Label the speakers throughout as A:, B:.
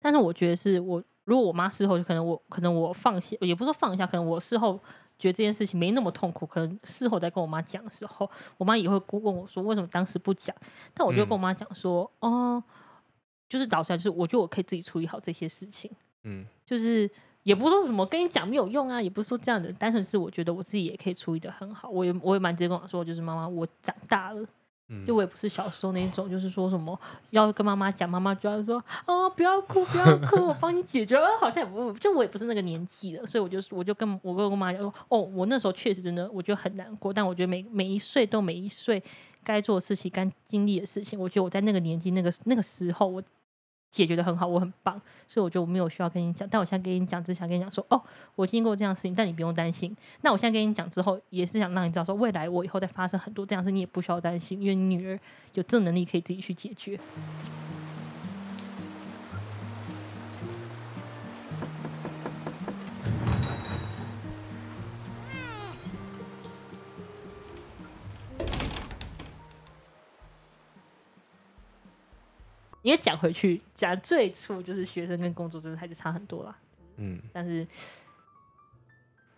A: 但是我觉得是我，如果我妈事后就可能我可能我放下，也不是说放下，可能我事后觉得这件事情没那么痛苦，可能事后再跟我妈讲的时候，我妈也会问我说为什么当时不讲，但我就跟我妈讲说，哦，就是导向就是我觉得我可以自己处理好这些事情，
B: 嗯，
A: 就是也不是说什么跟你讲没有用啊，也不是说这样的，单纯是我觉得我自己也可以处理的很好，我也我也蛮直接跟我说，就是妈妈我长大了。
B: 嗯
A: 就我也不是小时候那种，就是说什么要跟妈妈讲，妈妈就要说哦，不要哭，不要哭，我帮你解决。呃好像也不，就我也不是那个年纪的，所以我就我就跟我跟我妈讲说，哦，我那时候确实真的我觉得很难过，但我觉得每每一岁都每一岁该做的事情，该经历的事情，我觉得我在那个年纪那个那个时候我解决的很好，我很棒，所以我觉得我没有需要跟你讲，但我现在跟你讲，只想跟你讲说，哦，我经过这样的事情，但你不用担心。那我现在跟你讲之后，也是想让你知道说，未来我以后再发生很多这样的事，你也不需要担心，因为你女儿有这能力可以自己去解决。你也讲回去，讲最初就是学生跟工作真的还是差很多啦。
B: 嗯，
A: 但是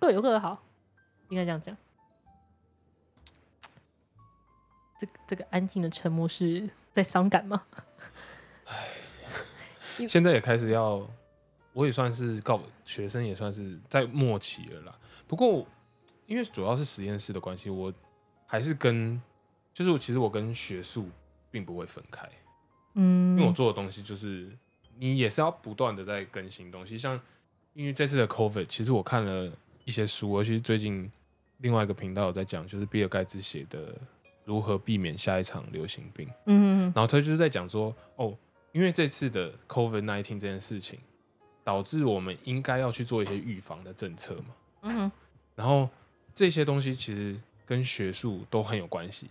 A: 各有各的好，应该这样讲。这这个安静的沉默是在伤感吗？
B: 现在也开始要，我也算是告学生，也算是在末期了啦。不过因为主要是实验室的关系，我还是跟就是我其实我跟学术并不会分开，因为我
A: 嗯，
B: 做的东西就是你也是要不断的在更新东西。像因为这次的 COVID，其实我看了一些书，尤其是最近另外一个频道有在讲，就是比尔盖茨写的《如何避免下一场流行病》。
A: 嗯
B: 然后他就是在讲说，哦，因为这次的 COVID nineteen 这件事情，导致我们应该要去做一些预防的政策嘛。
A: 嗯
B: 然后这些东西其实跟学术都很有关系，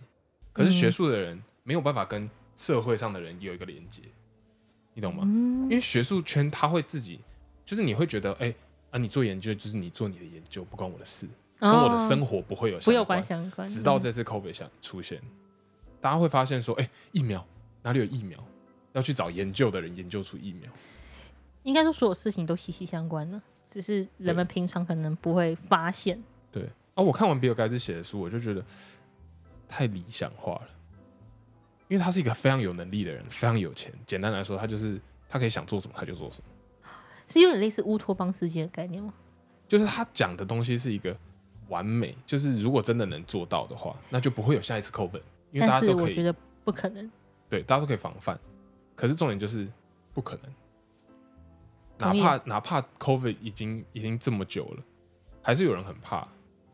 B: 可是学
A: 嗯
B: 术的人没有办法跟社会上的人有一个连接，你懂吗？因
A: 嗯
B: 为学术圈他会自己，就是你会觉得，哎、啊，你做研究就是你做你的研究，不关我的事，跟我的生
A: 活
B: 活不会有
A: 哦不
B: 相
A: 有
B: 关
A: 关。相关，嗯
B: 直到这次 COVID 想出现，大家会发现说，哎、疫苗哪里有疫苗？要去找研究的人研究出疫苗。
A: 应该说所有事情都息息相关呢，只是人们平常可能不会发现。
B: 对，啊，我看完比尔盖茨写的书，我就觉得太理想化了，因为他是一个非常有能力的人，非常有钱。简单来说，他就是他可以想做什么他就做什么，
A: 是有点类似乌托邦世界的概念吗？
B: 就是他讲的东西是一个完美，就是如果真的能做到的话，那就不会有下一次 COVID，因为大
A: 但
B: 家
A: 是
B: 都可
A: 我
B: 以
A: 觉得不可能，
B: 对，大家都可以防范。可是重点就是不可能，哪
A: 同意
B: 怕哪怕 COVID 已经已经这么久了，还是有人很怕，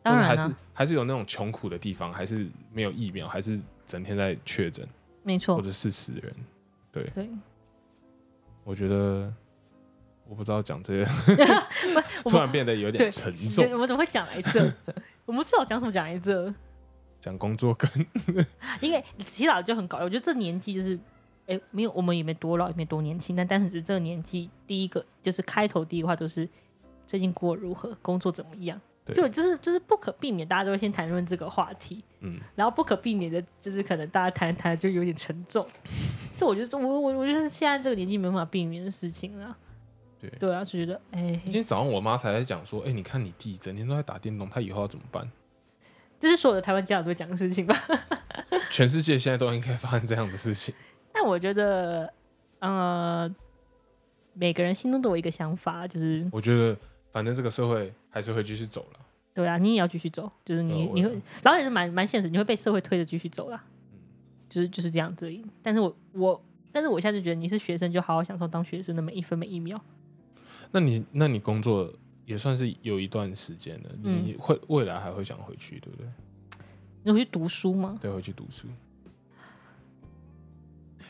A: 当
B: 或者
A: 然啊
B: 还
A: 了、
B: 是还是有那种穷苦的地方，还是没有疫苗，还是整天在确诊
A: 没
B: 或
A: 错，
B: 者是死人。
A: 对，
B: 我觉得我不知道讲这 个
A: 我
B: 突
A: 们
B: 然变得有
A: 对
B: 点沉
A: 对，
B: 重，
A: 我们怎么会讲来这？ 我们最好讲什么讲来这？
B: 讲工作跟嗯
A: 因为其实老就很搞笑，我觉得这年纪就是，哎、没有我们也没多老，也没多年轻，但单纯是这个年纪，第一个就是开头第一句话都是最近过得如何，工作怎么样，
B: 对
A: 就就是就是不可避免，大家都会先谈论这个话题，
B: 嗯
A: 然后不可避免的就是可能大家谈谈就有点沉 重，这我觉得我我我觉得是现在这个年纪没办法避免的事情啦。
B: 对
A: 对啊，就觉得哎，
B: 今天早上我妈才在讲说，哎、你看你弟整天都在打电动，他以后要怎么办？
A: 这是所有的台湾家长都会讲的事情 吧？
B: 全世界现在都应该发生这样的事情。
A: 但我觉得，呃，每个人心中都有一个想法，就是
B: 我觉得反正这个社会还是会继续走了。
A: 对啊，你也要继续走，就是你、
B: 呃
A: 你
B: 我嗯
A: 会，然后也是蛮蛮现实，你会被社会推着继续走啦，就是就是这样子而已。但是我我，但是我现在就觉得你是学生，就好好享受当学生的每一分每一秒。
B: 那你那你工作也算是有一段时间了，
A: 嗯
B: 你会未来还会想回去，对不对？
A: 你会去读书吗？
B: 再回去读书。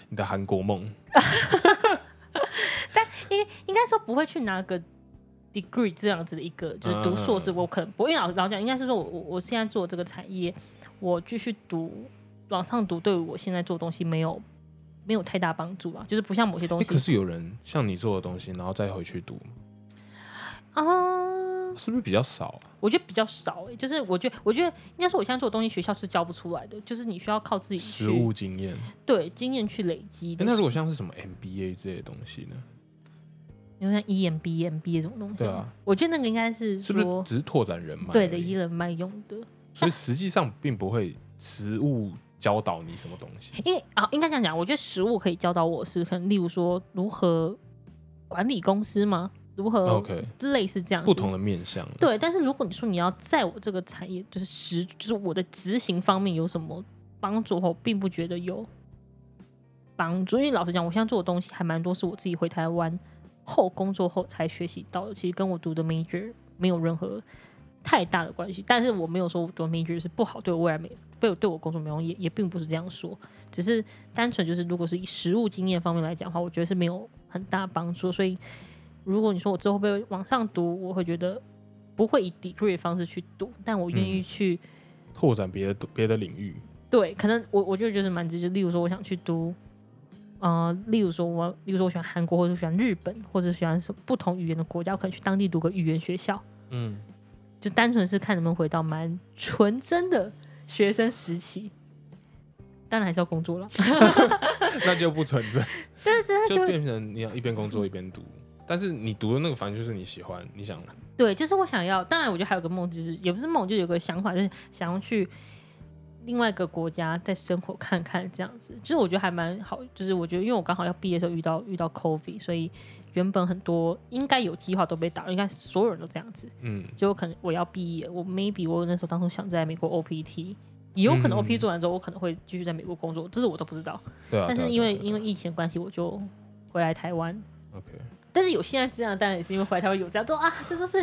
B: 你的韩国梦，
A: 应应该说不会去拿个 degree 这样子的一个，就是读硕士，
B: 嗯
A: 我可能不会。因为老老实讲，应该是说我我我现在做这个产业，我继续读往上读，对于我现在做东西没有没有太大帮助啊，就是不像某些东
B: 诶可
A: 西
B: 是有人像你做的东西，然后再回去读吗，
A: 啊。
B: 是不是比较少啊？
A: 我觉得比较少、欸，就是我觉得，我觉得应该说，我现在做的东西学校是教不出来的，就是你需要靠自己
B: 实
A: 去
B: 务经验。诶
A: 对经验去累积的。
B: 那如果像是什么 MBA 这些东西呢？
A: 你说像 E EMBMB 这种东西，
B: 对啊，
A: 我觉得那个应该是
B: 是不是
A: 说
B: 只是拓展人脉？
A: 对的，依，人脉用的。
B: 所以实际上并不会实物教导你什么东西。
A: 因为啊，应该这样讲，我觉得食物可以教导我是，可能例如说如何管理公司嘛，如何
B: OK，
A: 类似这样
B: 不
A: 子
B: 同的面向，
A: 呃对，但是如果你说你要在我这个产业，就是实，就是我的执行方面有什么帮助，我并不觉得有帮助。因为老实讲，我现在做的东西还蛮多，是我自己回台湾后工作后才学习到的，其实跟我读的 major 没有任何太大的关系。但是我没有说我读 major 是不好，对我未来没对我对我工作没用，也也并不是这样说，只是单纯就是如果是以实务经验方面来讲的话，我觉得是没有很大帮助，所以。如果你说我之后会不会往上读，我会觉得不会以 degree 的方式去读，但我愿意
B: 嗯
A: 去、
B: 拓展别的别的领域。
A: 对，可能我我就觉得蛮直接。例如说，我想去读，呃，例如说我，例如说我喜欢韩国，或者喜欢日本，或者喜欢什么不同语言的国家，我可能去当地读个语言学校，
B: 嗯，
A: 就单纯是看能不能回到蛮纯真的学生时期。当然还是要工作了，
B: 那就不存在，
A: 但是真的
B: 就
A: 就会
B: 变成你要一边工作一边读。但是你读的那个，反正就是你喜欢，你想
A: 对，就是我想要。当然，我觉得还有个梦，就是也不是梦，就有个想法，就是想要去另外一个国家再生活看看，这样子。就是我觉得还蛮好，就是我觉得因为我刚好要毕业的时候遇到遇到 COVID，所以原本很多应该有计划都被打乱，应该所有人都这样子。
B: 嗯，
A: 结果可能我要毕业，我 maybe 我那时候当初想在美国 OPT，也有可能
B: 嗯
A: OPT 做完之后，我可能会继续在美国工作，这是我都不知道。
B: 对啊。
A: 但
B: 对
A: 是
B: 啊
A: 因为
B: 对啊对啊
A: 因为疫情的关系，我就回来台湾。
B: OK，
A: 但是有现在这样，当然也是因为回来台湾有这样做啊，这就是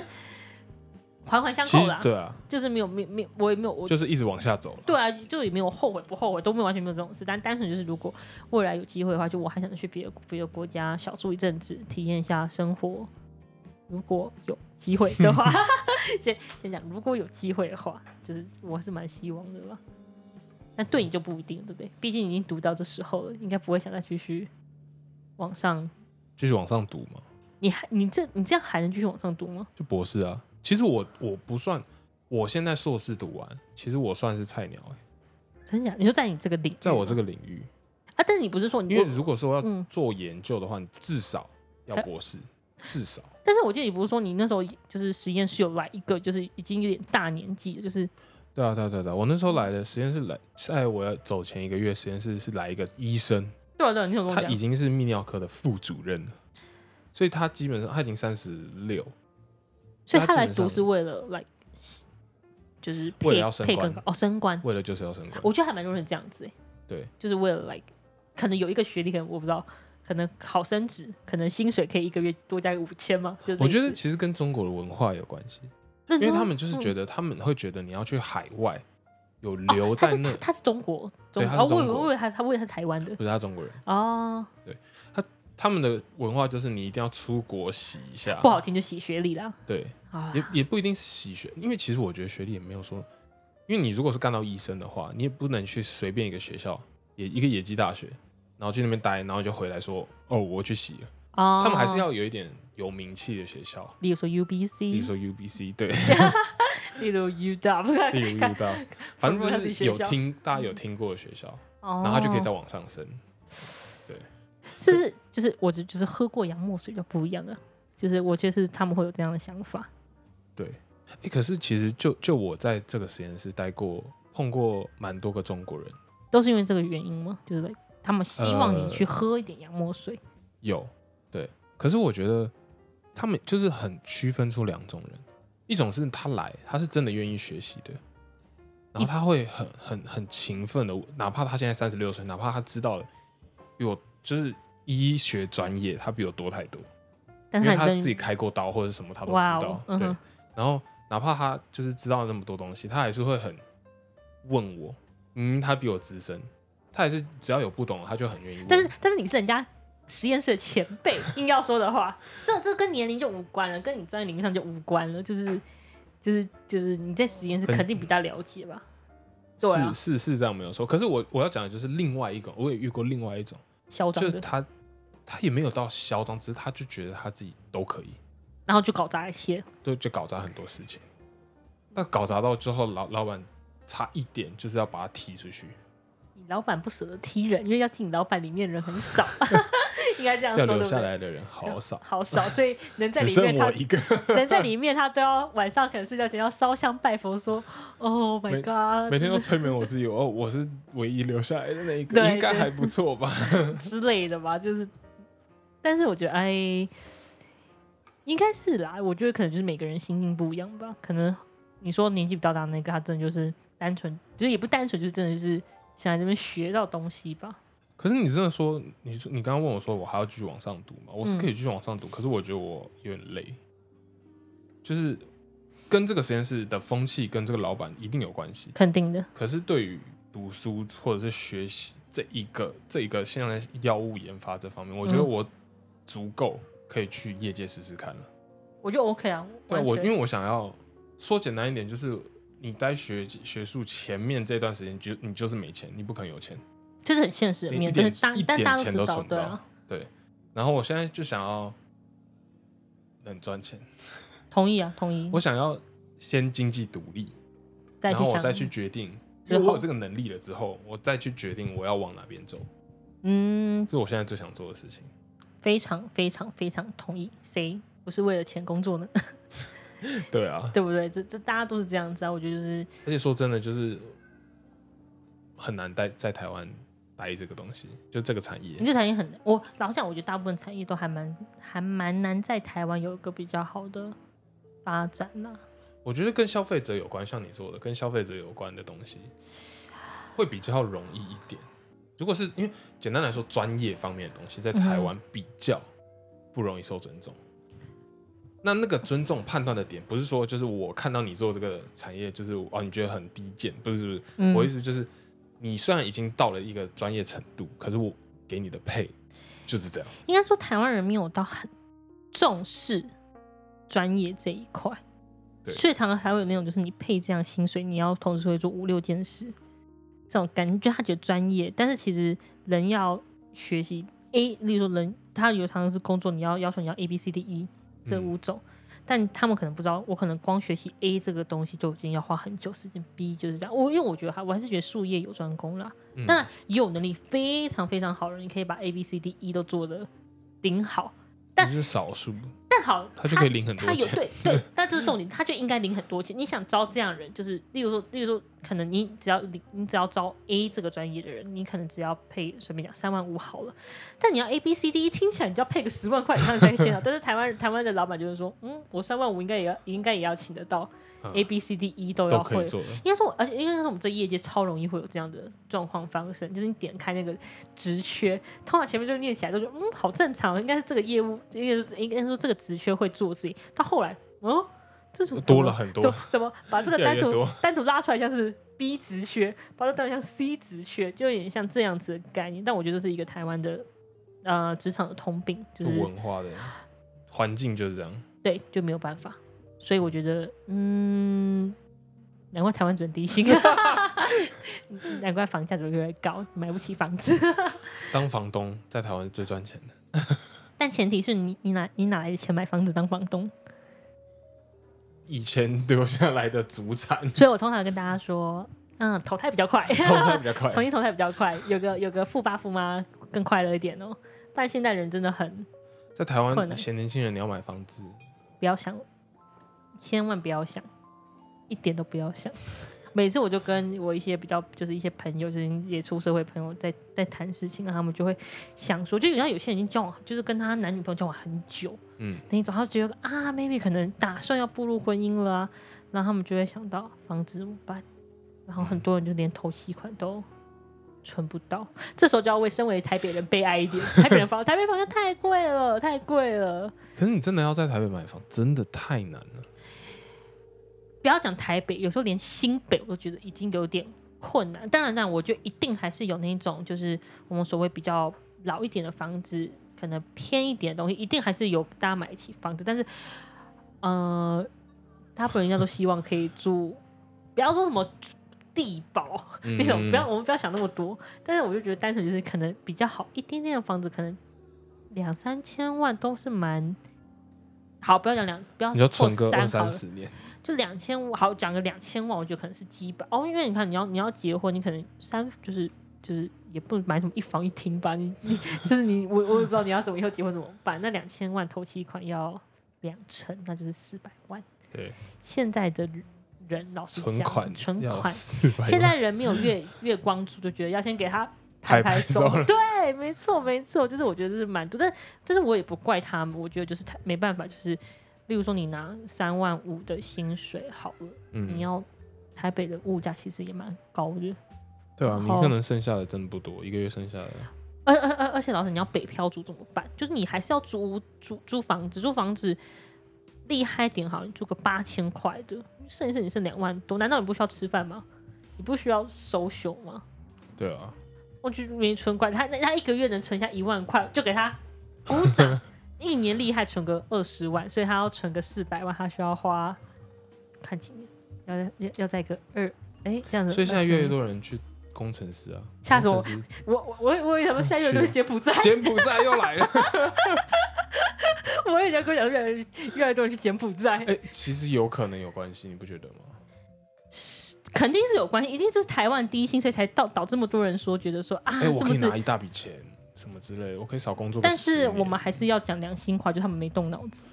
A: 环环相
B: 其
A: 扣
B: 实
A: 啦。
B: 对啊，
A: 就是没有没有没有，我也没有我
B: 就是一直往下走了。
A: 对啊，就也没有后悔不后悔，都没有完全没有这种事。但单纯就是如果未来有机会的话，就我还想去别的别的国家小住一阵子，体验一下生活。如果有机会的 话，先先讲，如果有机会的话，就是我是蛮希望的吧。但对你就不一定，对不对？毕竟你已经读到这时候了，应该不会想再继续往上。
B: 继续往上读嘛，
A: 你还你这你这样还能继续往上读吗？
B: 就博士啊。其实我我不算，我现在硕士读完，其实我算是菜鸟、欸，
A: 真假？你说在你这个领域吗，
B: 在我这个领域，
A: 啊，但是你不是说你
B: 因为如果说要
A: 嗯
B: 做研究的话，你至少要
A: 哎
B: 博士，至少
A: 但是我记得你不是说你那时候就是实验室有来一个，就是已经有点大年纪了，就是
B: 对啊，对啊，对啊对啊，我那时候来的实验室来，在我要走前一个月，实验室是来一个医生，
A: 对啊对啊，你有跟我
B: 他
A: 讲
B: 已，经是泌尿科的副主任了，所以他基本上他已经三十六，
A: 所以
B: 他
A: 他
B: 基
A: 来
B: 本
A: 读
B: 上
A: 是为了来，就是
B: 为了
A: 配
B: 要升
A: 配
B: 官
A: 更高哦升官，
B: 为了就是要升官。
A: 我觉得还蛮多人这样子哎、
B: 对，
A: 就是为了来，可能有一个学历，可能我不知道，可能好升职，可能薪水可以一个月多加个五千嘛，就类
B: 我觉得
A: 似
B: 其实跟中国的文化有关系，
A: 认
B: 因为
A: 真
B: 他
A: 吗
B: 们就是
A: 嗯
B: 觉得他们会觉得你要去海外有
A: 哦
B: 留
A: 他
B: 在
A: 是
B: 那，
A: 他他是中国中
B: 对
A: 国
B: 他
A: 哦，
B: 是
A: 我以
B: 中
A: 为我以
B: 国啊
A: 为他他我以为他是台湾的
B: 不是他中国人，
A: 哦，
B: 他们的文化就是你一定要出国洗一下，
A: 不好听就洗学历啦
B: 对，
A: 啊
B: 也也不一定是洗学，因为其实我觉得学历也没有说，因为你如果是干到医生的话，你也不能去随便一个学校，也一个野鸡大学，然后去那边待，然后就回来说，哦，我去洗了。
A: 哦，嗯
B: 他们还是要有一点有名气的学校，
A: 例如说
B: 比
A: UBC
B: 如说 UBC，对，
A: 例如 UW，
B: 例如
A: 看
B: U 大，反正
A: 他
B: 就
A: 自己
B: 是
A: 学校嗯
B: 有听大家有听过的学校，
A: 哦
B: 然后他就可以再往上升。
A: 是不是就是我只就是喝过洋墨水就不一样了？就是我觉得是他们会有这样的想法，
B: 对，哎、可是其实就就我在这个实验室待过，碰过蛮多个中国人，
A: 都是因为这个原因吗？就是 like 他们希望你
B: 呃
A: 去喝一点洋墨水，
B: 有，对。可是我觉得他们就是很区分出两种人，一种是他来，他是真的愿意学习的，然后他会很很很勤奋的，哪怕他现在三十六岁，哪怕他知道了比我就是医学专业，他比我多太多，
A: 但
B: 因
A: 是
B: 为
A: 他
B: 他
A: 很
B: 自己开过刀或者什么，他都知
A: 哇哦
B: 道。
A: 嗯
B: 对
A: 哼，
B: 然后哪怕他就是知道那么多东西，他还是会很问我，嗯，他比我资深，他还是只要有不懂的，他就很愿意问。
A: 但是但是你是人家实验室的前辈，硬要说的话，这这跟年龄就无关了，跟你专业领域上就无关了，就是就是就是你在实验室
B: 很
A: 肯定比他了解吧？对啊，
B: 是是是这样没有错。可是我我要讲的就是另外一种，我也遇过另外一种，
A: 嚣张
B: 就是
A: 的，
B: 他他也没有到嚣张，只是他就觉得他自己都可以，
A: 然后就搞砸一些，
B: 就就搞砸很多事情。那搞砸到之后，老老板差一点就是要把他踢出去，
A: 你老板不舍得踢人，因为要进你老板里面的人很少，应该这样
B: 要
A: 说，对
B: 留
A: 不
B: 下
A: 对？
B: 来的人好少，
A: 好少，所以能 在
B: 只
A: 里
B: 剩
A: 面他
B: 我一 个。
A: 能在里面他都要晚上可能睡觉前要烧香拜佛说，Oh
B: 每
A: my God，
B: 每天都催眠我自己，哦，我是唯一留下来的那一个，
A: 对
B: 应该
A: 对
B: 还不错吧？
A: 之类的吧，就是，但是我觉得哎，应该是啦，我觉得可能就是每个人心境不一样吧，可能你说年纪比较大那个，他真的就是单纯，就是也不单纯，就是真的是想来这边学到东西吧，
B: 可是你真的说，你说你刚刚问我说，我还要继续往上读吗？我是
A: 嗯
B: 可以继续往上读，可是我觉得我有点累，就是跟这个实验室的风气跟这个老板一定有关系。
A: 肯定的，
B: 可是对于读书或者是学习这一个这一个现在药物研发这方面，我觉得
A: 嗯
B: 我足够可以去业界试试看了。
A: 我觉得 OK 啊，
B: 对，
A: 完
B: 我因
A: 全
B: 为我想要说简单一点，就是你在学学术前面这段时间，就你就是没钱，你不可能有钱。
A: 就是很现实的
B: 你
A: 面，
B: 一
A: 但
B: 点
A: 是大
B: 一
A: 但大家
B: 点
A: 都
B: 钱
A: 知
B: 都
A: 道，
B: 存不
A: 对
B: 到
A: 啊，。
B: 对，然后我现在就想要能赚钱，
A: 同意啊，同意，
B: 我想要先经济独立，
A: 再
B: 然
A: 去
B: 后我
A: 想，
B: 再去决定，
A: 之
B: 因为我有
A: 后
B: 这个能力了之后，我再去决定我要往哪边走，
A: 嗯，
B: 这是我现在最想做的事情。
A: 非常非常非常同意。谁不是为了钱工作呢？
B: 对啊，
A: 对不对？这这大家都是这样子啊。我觉得就是
B: 而且说真的，就是很难待在台湾待这个东西，就这个产业
A: 你。这产业很难，我老实讲，我觉得大部分产业都还蛮还蛮难在台湾有一个比较好的发展啊呐、
B: 我觉得跟消费者有关，像你做的跟消费者有关的东西，会比较容易一点。如果是因为简单来说，专业方面的东西在
A: 嗯
B: 台湾比较不容易受尊重。那那个尊重判断的点，不是说就是我看到你做这个产业，就是哦你觉得很低贱，不是不是，
A: 嗯，
B: 我意思就是你虽然已经到了一个专业程度，可是我给你的配就是这样。
A: 应该说台湾人没有到很重视专业这一块，
B: 对
A: 所以常常还会有那种就是你配这样薪水，你要同时会做五六件事，这种感觉就他觉得专业，但是其实人要学习 A，例如说人他有常常是工作，你要要求你要 A B C D E 这五种。但他们可能不知道，我可能光学习 A 这个东西就已经要花很久时间，B 就是这样。我因为我觉得还我还是觉得术业有专攻啦，
B: 嗯
A: 当然，也有能力非常非常好的人，你可以把 A B C D E 都做的顶好，但
B: 你是少数，
A: 但好
B: 他就可以领很多
A: 他有
B: 钱。
A: 对 对，但这是重点，他就应该领很多钱。你想招这样的人，就是例如说，例如说，可能你只要领，你只要招 A 这个专业的人，你可能只要配随便讲三万五好了，但你要 A B C D E 听起来你就要配个十万块以上才行 了。但是台湾台湾的老板就是说，嗯，我三万五应该也要应该也要请得到
B: 嗯
A: A B C D E 都
B: 都
A: 要
B: 可
A: 会
B: 以，做的。
A: 应该说我，而且应该说我们这业界超容易会有这样的状况发生，就是你点开那个职缺，通常前面就念起来都觉得嗯好正常，应该是这个业务，应该是应该说这个职缺会做的事情，到后来哦，这种
B: 多了很多
A: 怎么怎么把这个
B: 越来
A: 单
B: 越
A: 独
B: 多
A: 单独拉出来像是 B 职缺，把它当成像 C 职缺，就有点像这样子的概念。但我觉得这是一个台湾的呃职场的通病，就是
B: 文化的环境就是这样。
A: 对就没有办法，所以我觉得嗯，难怪台湾只能低薪。 难怪房价怎么越来越高，买不起房子。
B: 当房东在台湾是最赚钱的，
A: 但前提是你你哪你哪来的钱买房子当房东？
B: 以前留下来的祖产
A: 所以我通常跟大家说，嗯，投胎比较快，
B: 通常比较快。
A: 重新投胎比较快，有个有个富爸富妈更快乐一点哦。但现代人真的很
B: 在台
A: 困
B: 湾，
A: 难
B: 嫌年轻人你要买房子，
A: 不要想，千万不要想，一点都不要想。每次我就跟我一些比较就是一些朋友，就是也出社会朋友在在谈事情，然啊后他们就会想说，就有像有些人已经交往，就是跟他男女朋友交往很久，
B: 嗯，
A: 那一种，他就觉得啊，maybe 可能打算要步入婚姻了、啊，然后他们就会想到房子怎么办，然后很多人就连头期款都存不到，这时候就要为身为台北人悲哀一点，台北人房台北房价太贵了，太贵了。
B: 可是你真的要在台北买房，真的太难 了。
A: 不要讲台北，有时候连新北我都觉得已经有点困难。当然，当然，我觉得一定还是有那种，就是我们所谓比较老一点的房子，可能偏一点的东西，一定还是有大家买得起房子。但是，呃，大部分人家都希望可以住，不要说什么地堡 那种，
B: 嗯
A: 不要我们不要想那么多。但是我就觉得，单纯就是可能比较好一点点的房子，可能两三千万都是蛮。好，不要讲两，不要
B: 你就
A: 破
B: 存个
A: 三
B: 二
A: 好
B: 三
A: 了
B: 十年，
A: 就两千五，好讲个两千万，我觉得可能是基本哦，因为你看你要你要结婚，你可能三就是就是也不买什么一房一厅吧，你你就是你我我也不知道你要怎么以后结婚怎么办。那两千万头期款要两成，那就是四百万。
B: 对，
A: 现在的人老实
B: 存
A: 讲，
B: 款
A: 存
B: 要
A: 款
B: 400万
A: 现在人没有月月光族，就觉得要先给他拍
B: 拍
A: 拍
B: 拍
A: 手
B: 手。
A: 对，没错，没错，就是我觉得这是蛮多，但但是我也不怪他们，我觉得就是他没办法，就是例如说你拿三万五的薪水好了，你
B: 嗯，
A: 要台北的物价其实也蛮高的，
B: 对啊，你
A: 好
B: 可能剩下的真的不多，一个月剩下的
A: 而而而而且老师，你要北漂族怎么办？就是你还是要租屋租租房子，租房子厉害一点好了，你租个八千块的，剩一剩你剩两万多，难道你不需要吃饭吗？你不需要收休吗？
B: 对啊，
A: 我去没存款，他那他一个月能存下一万块，就给 他鼓掌。一年厉害存个二十万，所以他要存个四百万，他需要花看几年，要再要要再一个二哎、这样子。
B: 所以现在越来越，多人去工程师啊，
A: 吓死我
B: 工程师！
A: 我我我也我也想说，现在越来越多人柬埔寨，
B: 柬埔寨又来 了，
A: 我也想跟我讲，越来越越来越多人去柬埔寨，
B: 哎，其实有可能有关系，你不觉得吗？
A: 肯定是有关系，一定是台湾低薪，所以才导导这么多人说觉得说啊，
B: 哎，我
A: 是
B: 可
A: 不
B: 以
A: 是
B: 拿？一大笔钱，什么之类的，我可以少工作个10
A: 但
B: 年。
A: 是我们还是要讲良心话，就他们没动脑 子，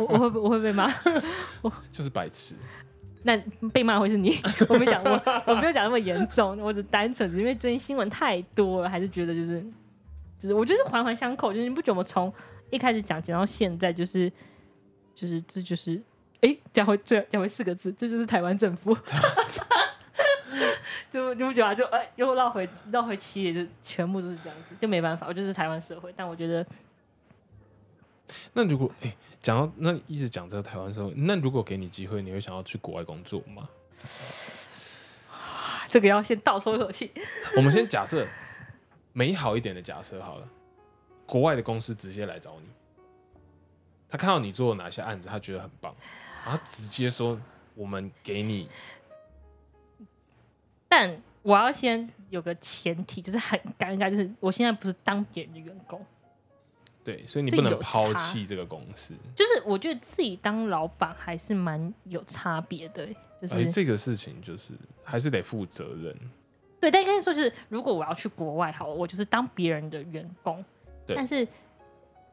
A: 我我会被我会被骂。
B: 就是白痴，
A: 那被骂会是你， 我没讲我我没有讲那么严重，我只单纯只是因为最近新闻太多了，还是觉得就是就是我就是环环相扣，就是你不觉得我们从一开始讲讲到现在，就是就是这就是哎讲回最讲回四个字，这就是台湾政府。 就你不觉得、啊、就哎、又绕回绕回七也就全部都是这样子，就没办法，我就是台湾社会。但我觉得
B: 那如果哎，讲到那一直讲这个台湾社会，那如果给你机会，你会想要去国外工作吗？
A: 啊这个要先倒抽一口气，
B: 我们先假设美好一点的假设好了，国外的公司直接来找你，他看到你做哪些案子，他觉得很棒，然后直接说我们给你
A: 但我要先有个前提，就是很尴尬，就是我现在不是当别人的员工，
B: 对，所以你
A: 这
B: 不能
A: 有
B: 抛
A: 差
B: 弃这个公司。
A: 就是我觉得自己当老板还是蛮有差别的欸、就是、
B: 哎、这个事情就是还是得负责任，
A: 对，但应该说就是，如果我要去国外好了，我就是当别人的员工，
B: 对
A: 但是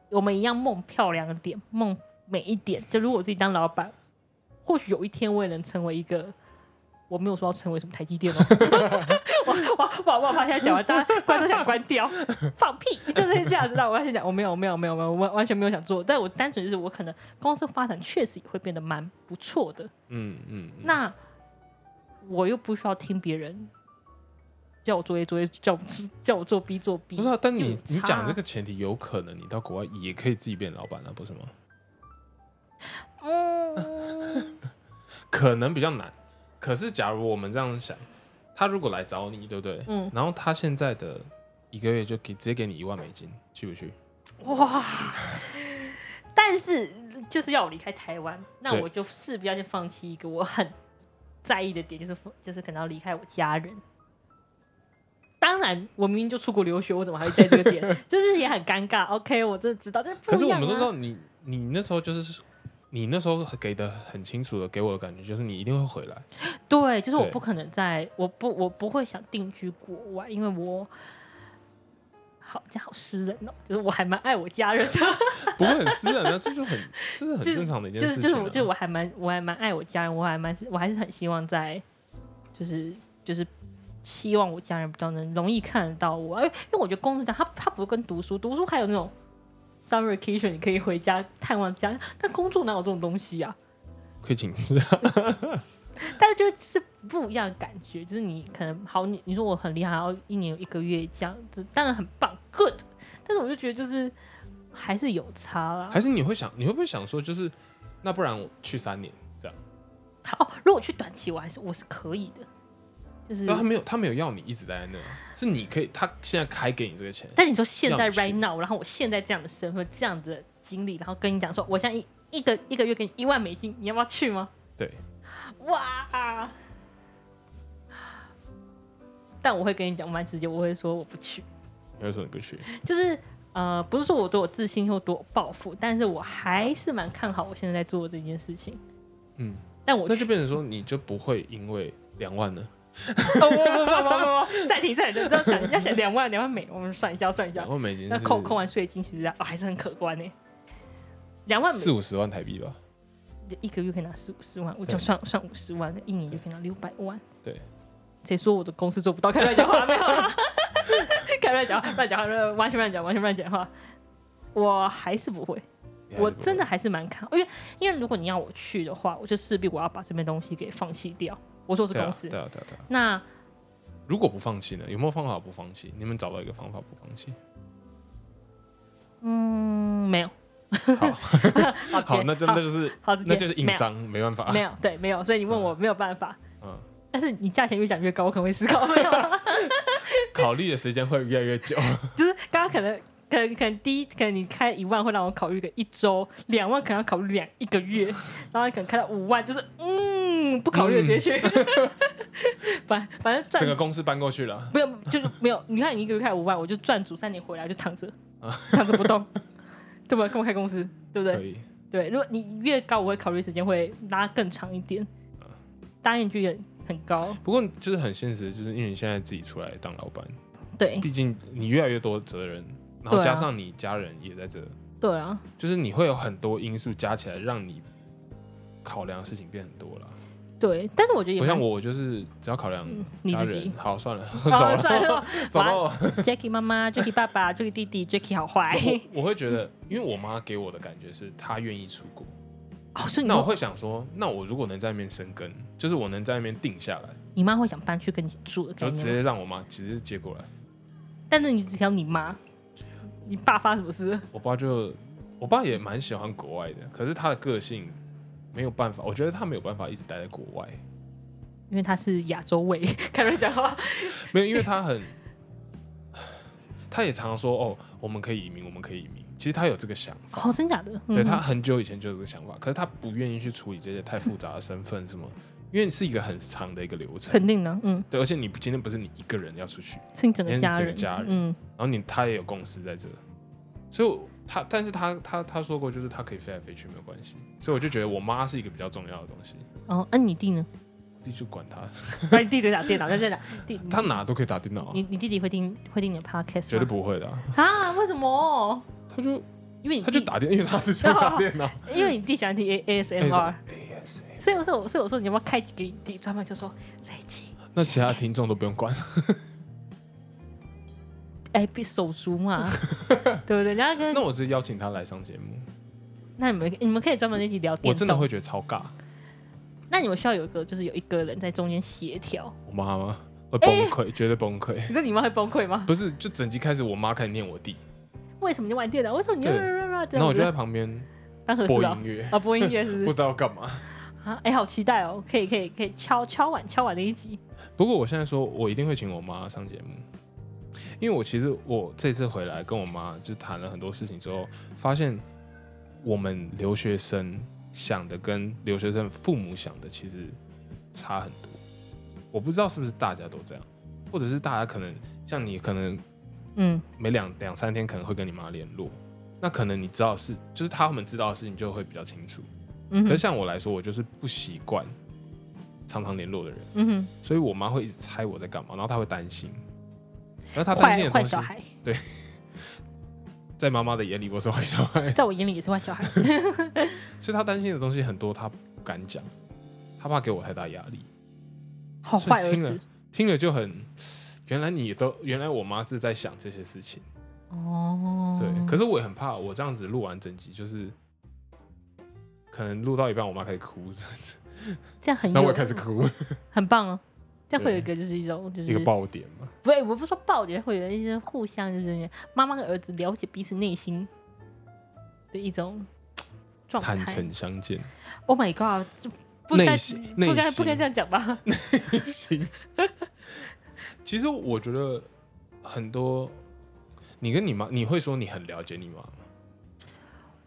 A: 我们一样梦漂亮一点，梦美一点。就如果我自己当老板，或许有一天我也能成为一个。我没有说要成为什么台积电哦， 我我我我怕现在讲完，大家观众想关掉，放屁，就是这样子。那我要先讲，我没有我没有没有没有，我完完全没有想做，但我单纯就是我可能公司发展确实也会变得蛮不错的，
B: 嗯嗯，嗯
A: 那我又不需要听别人叫我做 A 做 A，叫我叫我做 B 做 B。
B: 不是、啊，但
A: 有
B: 你你
A: 差
B: 讲
A: 啊
B: 这个前提，有可能你到国外也可以自己变老板啊，不是吗？
A: 嗯，
B: 可能比较难。可是假如我们这样想，他如果来找你，对不对？
A: 嗯
B: 然后他现在的一个月就给直接给你一万美金，去不去？
A: 哇！ 但是就是要我离开台湾，那
B: 对
A: 我就势必要先放弃一个我很在意的点，就是就是可能要离开我家人。当然，我明明就出国留学，我怎么还会在意这个点？ 就是也很尴尬。OK，我真的知道，但是不
B: 可是
A: 一
B: 我
A: 样、啊、
B: 们都知道你，你那时候就是你那时候给的很清楚的，给我的感觉就是你一定会回来。
A: 对，就是我
B: 对
A: 不可能在，我不我不会想定居国外，因为我好这样好诗人哦，就是我还蛮爱我家人的，
B: 不会很私人啊，这就很这是 很
A: 就是
B: 正常的一件
A: 就是
B: 事
A: 就
B: 情、
A: 是
B: 啊
A: 我就是我还蛮我还蛮爱我家人，我还蛮我还是很希望在，就是就是希望我家人比较能容易看得到我，因为因为我觉得工作这样，他他不跟读书，读书还有那种 summer vacation 你可以回家探望家人，但工作哪有这种东西啊？
B: 可以请
A: 但是就是不一样的感觉，就是你可能好，你你说我很厉害，然后一年有一个月这样子，当然很棒，good。但是我就觉得就是还是有差啦
B: 还。是你会想，你会不会想说，就是那不然我去三年这样？
A: 哦，如果去短期，我还是我是可以的，就是。
B: 但他没有，他没有要你一直待在那啊，是你可以，他现在开给你这个钱，
A: 但你说现在
B: 要去
A: right now，然后我现在这样的身份、这样的经历，然后跟你讲说，我现在一一个一个月给你一万美金，你要不要去吗？
B: 对，
A: 哇！但我会跟你讲，我蛮直接，我会说我不去。
B: 你会说你不去？
A: 就是呃，不是说我多有自信或多有抱负，但是我还是蛮看好我现在在做的这件事情。
B: 嗯，
A: 但我
B: 那就
A: 去
B: 变成说，你就不会因为两万呢，
A: 哦，不不不不不，暂停暂停，这样想要想两万两万美，我们算一下算一下
B: 然，后美金
A: 啊那
B: 是
A: 扣扣完税金，其实啊、哦还是很可观呢。两万
B: 四五十万台币吧？
A: 美一个月可以拿四五十万，我
B: 对
A: 就算算五十万，一年就可以拿六百万。
B: 对，
A: 谁说我的公司做不到？开乱讲话没有啦，开乱讲话乱讲话，完全乱讲，完全乱讲话。我还是不会，
B: 你还是
A: 我
B: 不
A: 真的
B: 会
A: 还是蛮看，因为因为如果你要我去的话，我就势必我要把这边东西给放弃掉。我说我是
B: 对啊
A: 公司，
B: 对啊对啊对啊。
A: 那
B: 如果不放弃呢？有没有方法不放弃？你们找到一个方法不 放弃？
A: 嗯没有，
B: 好，
A: 好
B: 好，
A: 别
B: 那就
A: 好
B: 那就是
A: 好直接
B: 那就是硬
A: 没有
B: 伤，没办法。
A: 没有对没有，所以你问我没有办法，
B: 嗯，
A: 但是你价钱越讲越高，我可能会思考。没有啦
B: 考虑的时间会越来越久。
A: 就是刚刚可能可能可能第一，可能你开一万会让我考虑个一周，两万可能要考虑两一个月，然后可能开到五万，就是嗯不考虑直接去， 反反正
B: 嗯整个
A: 赚。
B: 公司搬过去了，
A: 不用，就是没有。你看，你一个月开五万，我就赚足三年回来就躺着
B: 啊，
A: 躺着不动，对吧？跟我开公司， 对不
B: 可
A: 对？
B: 以。
A: 对，如果你越高，我会考虑时间会拉更长一点，
B: 啊
A: 答应句也很高。
B: 不过就是很现实，就是因为你现在自己出来当老板，
A: 对，
B: 毕竟你越来越多责任，然后
A: 对啊
B: 加上你家人也在这，
A: 对啊，
B: 就是你会有很多因素加起来，让你考量的事情变很多了。
A: 对。但是我觉得也
B: 不像
A: 蛮，
B: 我，我就是只要考量
A: 嗯你
B: 家
A: 自
B: 人
A: 己。
B: 好，算了，走
A: 哦
B: 了，
A: 算了，
B: 走
A: 晚安
B: 到我
A: Jacky 妈妈、Jacky 爸爸、Jacky 弟弟、Jacky 好坏。
B: 我会觉得，因为我妈给我的感觉是她愿意出国，
A: 哦，所以你
B: 那我
A: 说
B: 会想说，那我如果能在那边生根，就是我能在那边定下来，
A: 你妈会想搬去跟你住的概
B: 就直
A: 念吗，
B: 接让我妈直接接过来。
A: 但是你只挑你妈，你爸发什么事？
B: 我爸就，我爸也蛮喜欢国外的，可是他的个性没有办法，我觉得他没有办法一直待在国外，
A: 因为他是亚洲胃， 开始讲 话。
B: 没有，因为他很，他也常说哦，我们可以移民，我们可以移民。其实他有这个想法，
A: 哦，真假的？
B: 对
A: 嗯
B: 他很久以前就有这个想法，可是他不愿意去处理这些太复杂的身份什么，因为是一个很长的一个流程
A: 肯。定的，嗯，
B: 对，而且你今天不是你一个人要出去，
A: 是你整个
B: 连你
A: 家
B: 整个
A: 人，
B: 家人
A: 嗯，
B: 然后你他也有公司在这，所以我他，但是他他他说过，就是他可以飞来飞去没有关系，所以我就觉得我妈是一个比较重要的东西，
A: 哦，那、你弟 呢？
B: 我啊弟就管他，
A: 那你弟就打电脑，那在哪？弟，
B: 他哪都可以打电脑、啊
A: 你，你弟弟会听会听你的 podcast
B: 绝对
A: 吗
B: 不会的啊、
A: 啊？为什么？
B: 他就
A: 因为你
B: 他就
A: 弟，
B: 打电，因为他自己会打电 脑。
A: 因为你弟喜欢听 A S
B: 哎
A: M R，
B: ASMR
A: 所以我说我所以我说你要不要开几个你弟专门就说这一集
B: 那其他听众都不用 管，
A: 哎，被手足 嘛，对不对？然后跟
B: 那我直接邀请他来上节 目，
A: 那你们你们可以专门那集聊电动，
B: 我真的会觉得超尬。
A: 那你们需要有一个，就是有一个人在中间协 调。
B: 我妈妈
A: 哎
B: 会崩溃，绝对崩溃。
A: 你说你妈会崩溃吗？
B: 不是，就整集开始我妈开始念我弟，
A: 为什么你玩电脑？为什么你
B: 对
A: 这
B: 然后
A: 样
B: 我就在
A: 子？
B: 旁边
A: 当和事
B: 播
A: 佬
B: 音乐，
A: 啊，播音乐是
B: 不
A: 不
B: 知
A: 是？
B: 道要干嘛。
A: 啊，哎，好期待哦！可以可以可以敲敲碗敲碗的一集。
B: 不过我现在说，我一定会请我妈上节目，因为我其实我这次回来跟我妈就谈了很多事情之后，发现我们留学生想的跟留学生父母想的其实差很多。我不知道是不是大家都这样，或者是大家可能像你，可能
A: 嗯，
B: 每两两三天可能会跟你妈联络，那可能你知道的事，就是他们知道的事情就会比较清楚。
A: 嗯
B: 可是
A: 哼，
B: 像我来说，我就是不习惯常常联络的人。
A: 嗯哼，
B: 所以我妈会一直猜我在干嘛，然后她会担心，然后她担心
A: 坏坏
B: 的东
A: 小
B: 西，
A: 孩，
B: 在妈妈的眼里我是坏小孩，
A: 在我眼里也是坏小孩。
B: 所以她担心的东西很多，她不敢讲，她怕给我太大压力，
A: 好
B: 所
A: 坏
B: 以
A: 儿
B: 听了
A: 子。
B: 听了就很，原来你都原来我妈是在想这些事情，
A: 哦，
B: 对，可是我也很怕我这样子录完整集就是。可能录到一半，我妈开始哭，
A: 哎哦这样很
B: 那我
A: 有
B: 也开始
A: 哎
B: 哭，
A: 很棒哦。这样会有一个就是一种就
B: 一个
A: 是
B: 爆点嘛。
A: 不哎是，我不是说爆点，会有一些互相就是妈妈跟儿子了解彼此内心的一种状态
B: 坦。诚相见，
A: Oh my god！这不该
B: 内心内
A: 不该不
B: 心
A: 该这样讲吧？
B: 行。 其实我觉得很多，你跟你妈，你会说你很了解你妈吗，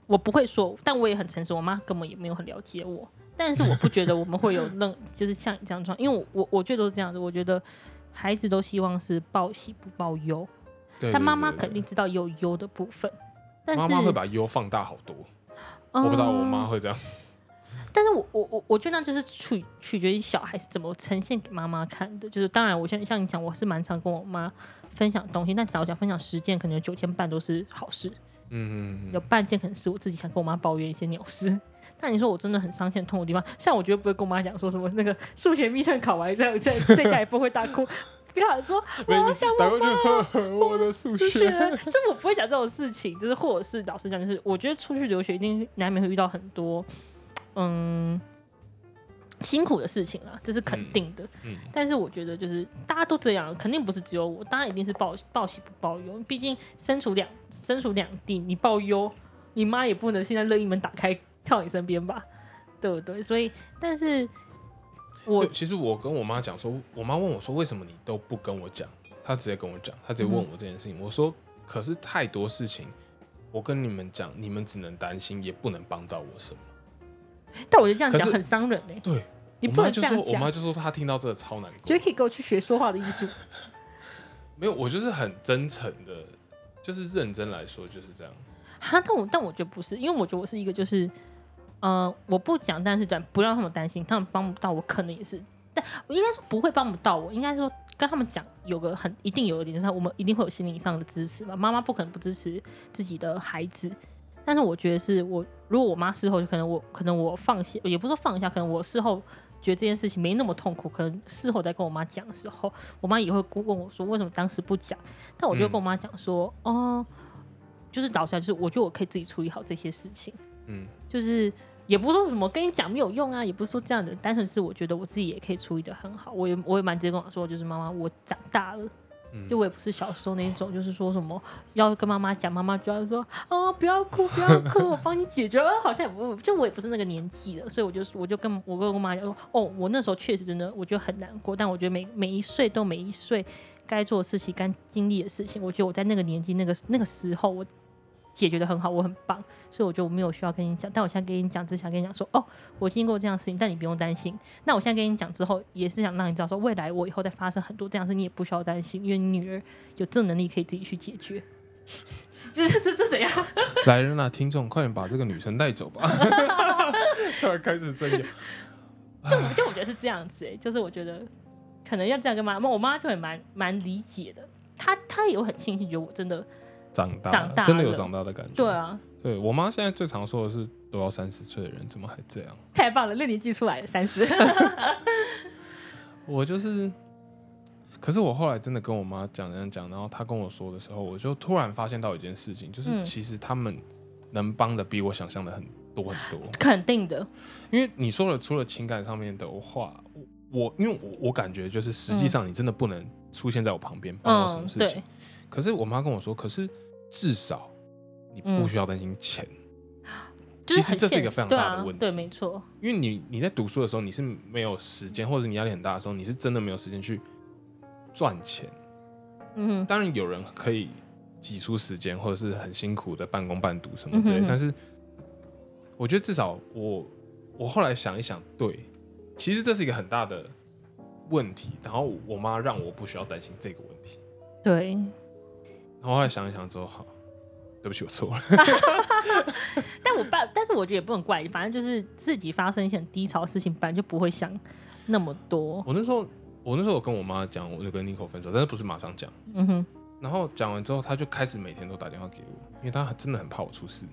A: 我不会说，但我也很诚实，我妈根本也没有很了解我。但是我不觉得我们会 有任，就是像你这样状，因为我我我觉得都是这样子。我觉得孩子都希望是报喜不报忧，
B: 对
A: 但妈妈
B: 对对
A: 肯定知道有忧的部分。但是
B: 妈妈会把忧放大好多。
A: 嗯
B: 我不知道我妈会这样，
A: 但是我我我我觉得那就是取取决于小孩是怎么呈现给妈妈看的。就是当然，我像像你讲，我是蛮常跟我妈分享东西，但老实讲分享十件，可能有九件半都是好事，
B: 嗯嗯
A: 有
B: 嗯，
A: 半件可能是我自己想跟我妈抱怨一些鸟事。 但你说我真的很伤心痛的地方，像我绝对不会跟我妈讲说什么那个数学密卷考完在 在在家也不会大哭，不要说 我
B: 没
A: 好
B: 你
A: 想
B: 打过去呵呵， 我的数学，
A: 这啊我不会讲这种事情，就是或者是老实讲，就是我觉得出去留学一定难免会遇到很多嗯辛苦的事情啦，这是肯定的。
B: 嗯
A: 但是我觉得就是大家都这样，肯定不是只有我，大家一定是报报喜不报忧，毕竟身处两身处两地，你报忧，你妈也不能现在任意门打开跳你身边吧，对不对？所以，但是我
B: 对，其实我跟我妈讲说，我妈问我说为什么你都不跟我讲，她直接跟我讲，她直接问我这件事情。我说，可是太多事情，我跟你们讲，你们只能担心，也不能帮到我什么。
A: 但我觉得这样
B: 可
A: 讲
B: 是
A: 很伤人哎、
B: 对，
A: 你
B: 我
A: 不
B: 妈
A: 能这
B: 就
A: 样
B: 说，我
A: 讲，
B: 妈就说她听到这个超难
A: 觉
B: 过
A: 得。可以给我去学说话的艺术。
B: 没有，我就是很真诚的，就是认真来说就是这样。
A: 哈，但我但我觉得不是，因为我觉得我是一个就是，呃，我不讲，但是讲不让他们担心，他们帮不到我，可能也是，但我应该说不会帮不到我，应该说跟他们讲有个很一定有一点就是我们一定会有心灵上的支持吧，妈妈不可能不支持自己的孩子，但是我觉得是我如果我妈事后就可能我可能我放下，也不是说放下，可能我事后。觉得这件事情没那么痛苦，可能事后再跟我妈讲的时候，我妈也会问我说为什么当时不讲。但我就跟我妈讲说，哦，就是导出来，就是我觉得我可以自己处理好这些事情，
B: 嗯
A: 就是也不是说什么跟你讲没有用啊，也不是说这样的，单纯是我觉得我自己也可以处理的很好。我也我也蛮直接跟我说，就是妈妈，我长大了，
B: 嗯
A: 就，我也不是小时候那一种，就是说什么要跟妈妈讲，妈妈就要说哦，不要哭，不要哭，我帮你解决。呃好像也不，就我也不是那个年纪了，所以我就我就跟我跟我妈讲说，哦，我那时候确实真的我觉得很难过，但我觉得每每一岁都每一岁该做的事情，该经历的事情，我觉得我在那个年纪那个那个时候我解决的很好，我很棒，所以我觉得我没有需要跟你讲，但我现在跟你讲，只想跟你讲说，哦，我经过这样的事情，但你不用担心。那我现在跟你讲之后，也是想让你知道说，未来我以后再发生很多这样的事，你也不需要担心，因为你女儿有这能力可以自己去解决。 这这这这怎样？
B: 来人啊，听众，快点把这个女生带走吧！ 突然开始争辩，
A: 就我就我觉得是这样子、欸，就是我觉得可能要这样跟妈妈，我妈就很蛮蛮理解的，她她也有很庆幸，觉得我真的
B: 长大
A: 长大
B: 真的有
A: 了
B: 长大的感觉。
A: 对，啊，
B: 对我妈现在最常说的是，都要三十岁的人怎么还这样？
A: 太棒了，六年级出来的三 十，
B: 我就是，可是我后来真的跟我妈讲讲讲，然后她跟我说的时候，我就突然发现到一件事情，就是
A: 嗯
B: 其实他们能帮的比我想象的很多很多。
A: 肯定的，
B: 因为你说了，除了情感上面的话，我我因为我我感觉就是实际上你真的不能出现在我旁边帮我什
A: 嗯
B: 么，事情。
A: 对，
B: 可哦是我妈跟我说，可是至少你不
A: 嗯
B: 需要担心钱，
A: 就是
B: 其实
A: 很
B: 这是一
A: 现
B: 个
A: 实
B: 非常
A: 对
B: 大的
A: 啊
B: 问题
A: 对，没错，
B: 因为你你在读书的时候你是没有时间，或者你压力很大的时候，你是真的没有时间去赚钱。
A: 嗯
B: 当然有人可以挤出时间，或者是很辛苦的半工半读什么之类，
A: 嗯哼哼
B: 但是我觉得至少我我后来想一想，对，其实这是一个很大的问题。然后我妈让我不需要担心这个问题。
A: 对，
B: 然后后来想一想之后，好，对不起，我错了。
A: 但我爸，但是我觉得也不能怪你，反正就是自己发生一些很低潮的事情，本来就不会想那么多。
B: 我那时候我那时候有跟我妈讲，我就跟 Nico 分手，但是不是马上讲。
A: 嗯哼，
B: 然后讲完之后，她就开始每天都打电话给我，因为她真的很怕我出事。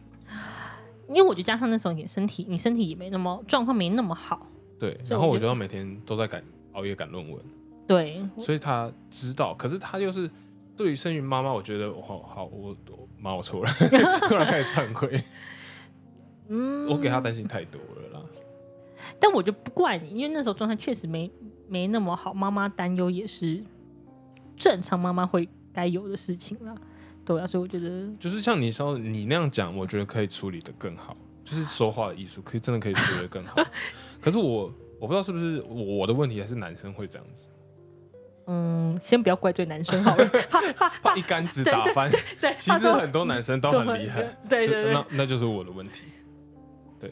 A: 因为我觉得加上那时候你身体，你身体也没那么状况没那么好，
B: 对，
A: 所以
B: 然后
A: 我
B: 我
A: 觉
B: 就
A: 得
B: 要每天都在赶熬夜赶论文。
A: 对，
B: 所以他知道，可是他又是对于生育妈妈，我觉得我好好，我我妈我错了， 突然开始忏悔，
A: 嗯，
B: 我给他担心太多了啦。
A: 但我就不怪你，因为那时候状态确实没没那么好，妈妈担忧也是正常妈妈会该有的事情啦。对啊，所以我觉得
B: 就是像你说你那样讲，我觉得可以处理的更好，就是说话的艺术，可以真的可以处理的更 好。可是我我不知道是不是我的问题，还是男生会这样子，
A: 嗯，先不要怪罪男生好了，怕 怕
B: 把
A: 怕，
B: 一竿子
A: 对
B: 打翻。
A: 对，
B: 其
A: 怕
B: 实
A: 说
B: 很多男生都很厉害，，
A: 对对
B: 就
A: 对
B: 那那就是我的问题。
A: 对，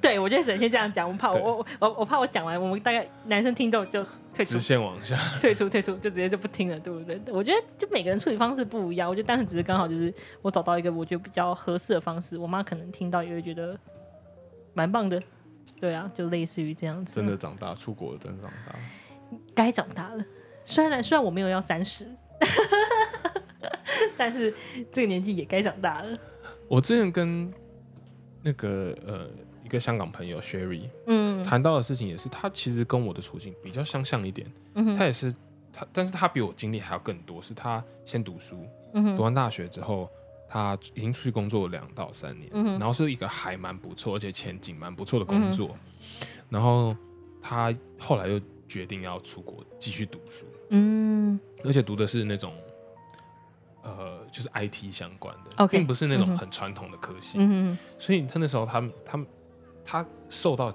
A: 对我觉得先这样讲，我怕
B: 对
A: 我我我我怕我讲完，我们大概男生听众就退出
B: 直线往 下，
A: 退出退出，就直接就不听了，对不对？我觉得就每个人处理方式不一样，我觉得单纯只是刚好就是我找到一个我觉得比较合适的方式，我妈可能听到也会觉得蛮棒的。对啊，就类似于这样子，
B: 真的长大，出国真的长大。
A: 该长大了。虽然虽然我没有要三十， 但是这个年纪也该长大了。
B: 我之前跟那个呃一个香港朋友 Sherry
A: 嗯
B: 谈到的事情也是，他其实跟我的处境比较相像一点。
A: 嗯
B: 他
A: 哼
B: 也是他，但是他比我经历还要更多，是他先读书，
A: 嗯
B: 读
A: 哼
B: 完大学之后，他已经出去工作两到三年，
A: 嗯哼
B: 然后是一个还蛮不错，而且前景蛮不错的工
A: 嗯
B: 作，然后他后来又决定要出国继续读书，
A: 嗯
B: 而且读的是那种。呃，就是 IT 相关的
A: OK，
B: 并不是那
A: 嗯
B: 种
A: 哼
B: 很传统的科系，
A: 嗯哼
B: 所以他那时候他们他们他受到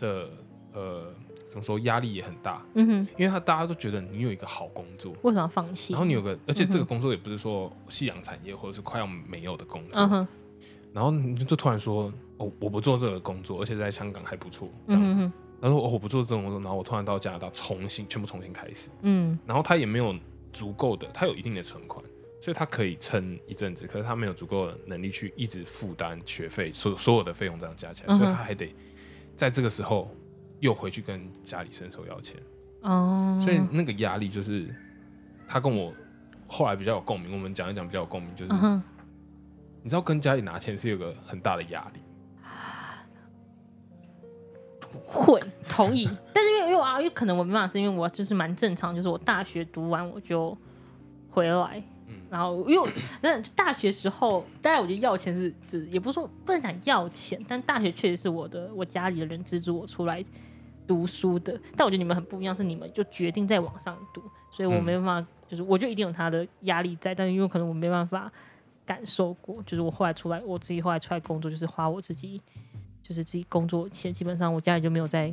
B: 的呃怎么说压力也很大，
A: 嗯哼，
B: 因为他大家都觉得你有一个好工作，
A: 为什么要放弃？
B: 然后你有个，而且这
A: 嗯
B: 个
A: 哼
B: 工作也不是说夕阳产业或者是快要没有的工作，
A: 嗯哼
B: 然后你就突然说，哦，我不做这个工作，而且在香港还不错，这样
A: 嗯
B: 子。
A: 哼
B: 然后说、哦、我不做这种工作，然后我突然到加拿大重新全部重新开始，
A: 嗯
B: 然后他也没有足够的，他有一定的存款，所以他可以撑一阵子，可是他没有足够的能力去一直负担学费，所所有的费用这样加起来，
A: 嗯哼
B: 所以他还得在这个时候又回去跟家里伸手要钱。
A: 哦，
B: 所以那个压力就是他跟我后来比较有共鸣，我们讲一讲比较有共鸣，就是、
A: 嗯哼
B: 你知道跟家里拿钱是有个很大的压力，
A: 会同意， 但是因为因为我啊，因为可能我没办法，是因为我就是蛮正常，就是我大学读完我就回来，
B: 嗯
A: 然后因为我那大学时候，当然我觉得要钱是，就是也不是说不能讲要钱，但大学确实是我的我家里的人资助我出来读书的，但我觉得你们很不一样，是你们就决定在往上读，所以我
B: 嗯
A: 没办法，就是我就一定有他的压力在，但是因为可能我没办法感受过，就是我后来出来，我自己后来出来工作，就是花我自己就是自己工作的钱，基本上我家里就没有再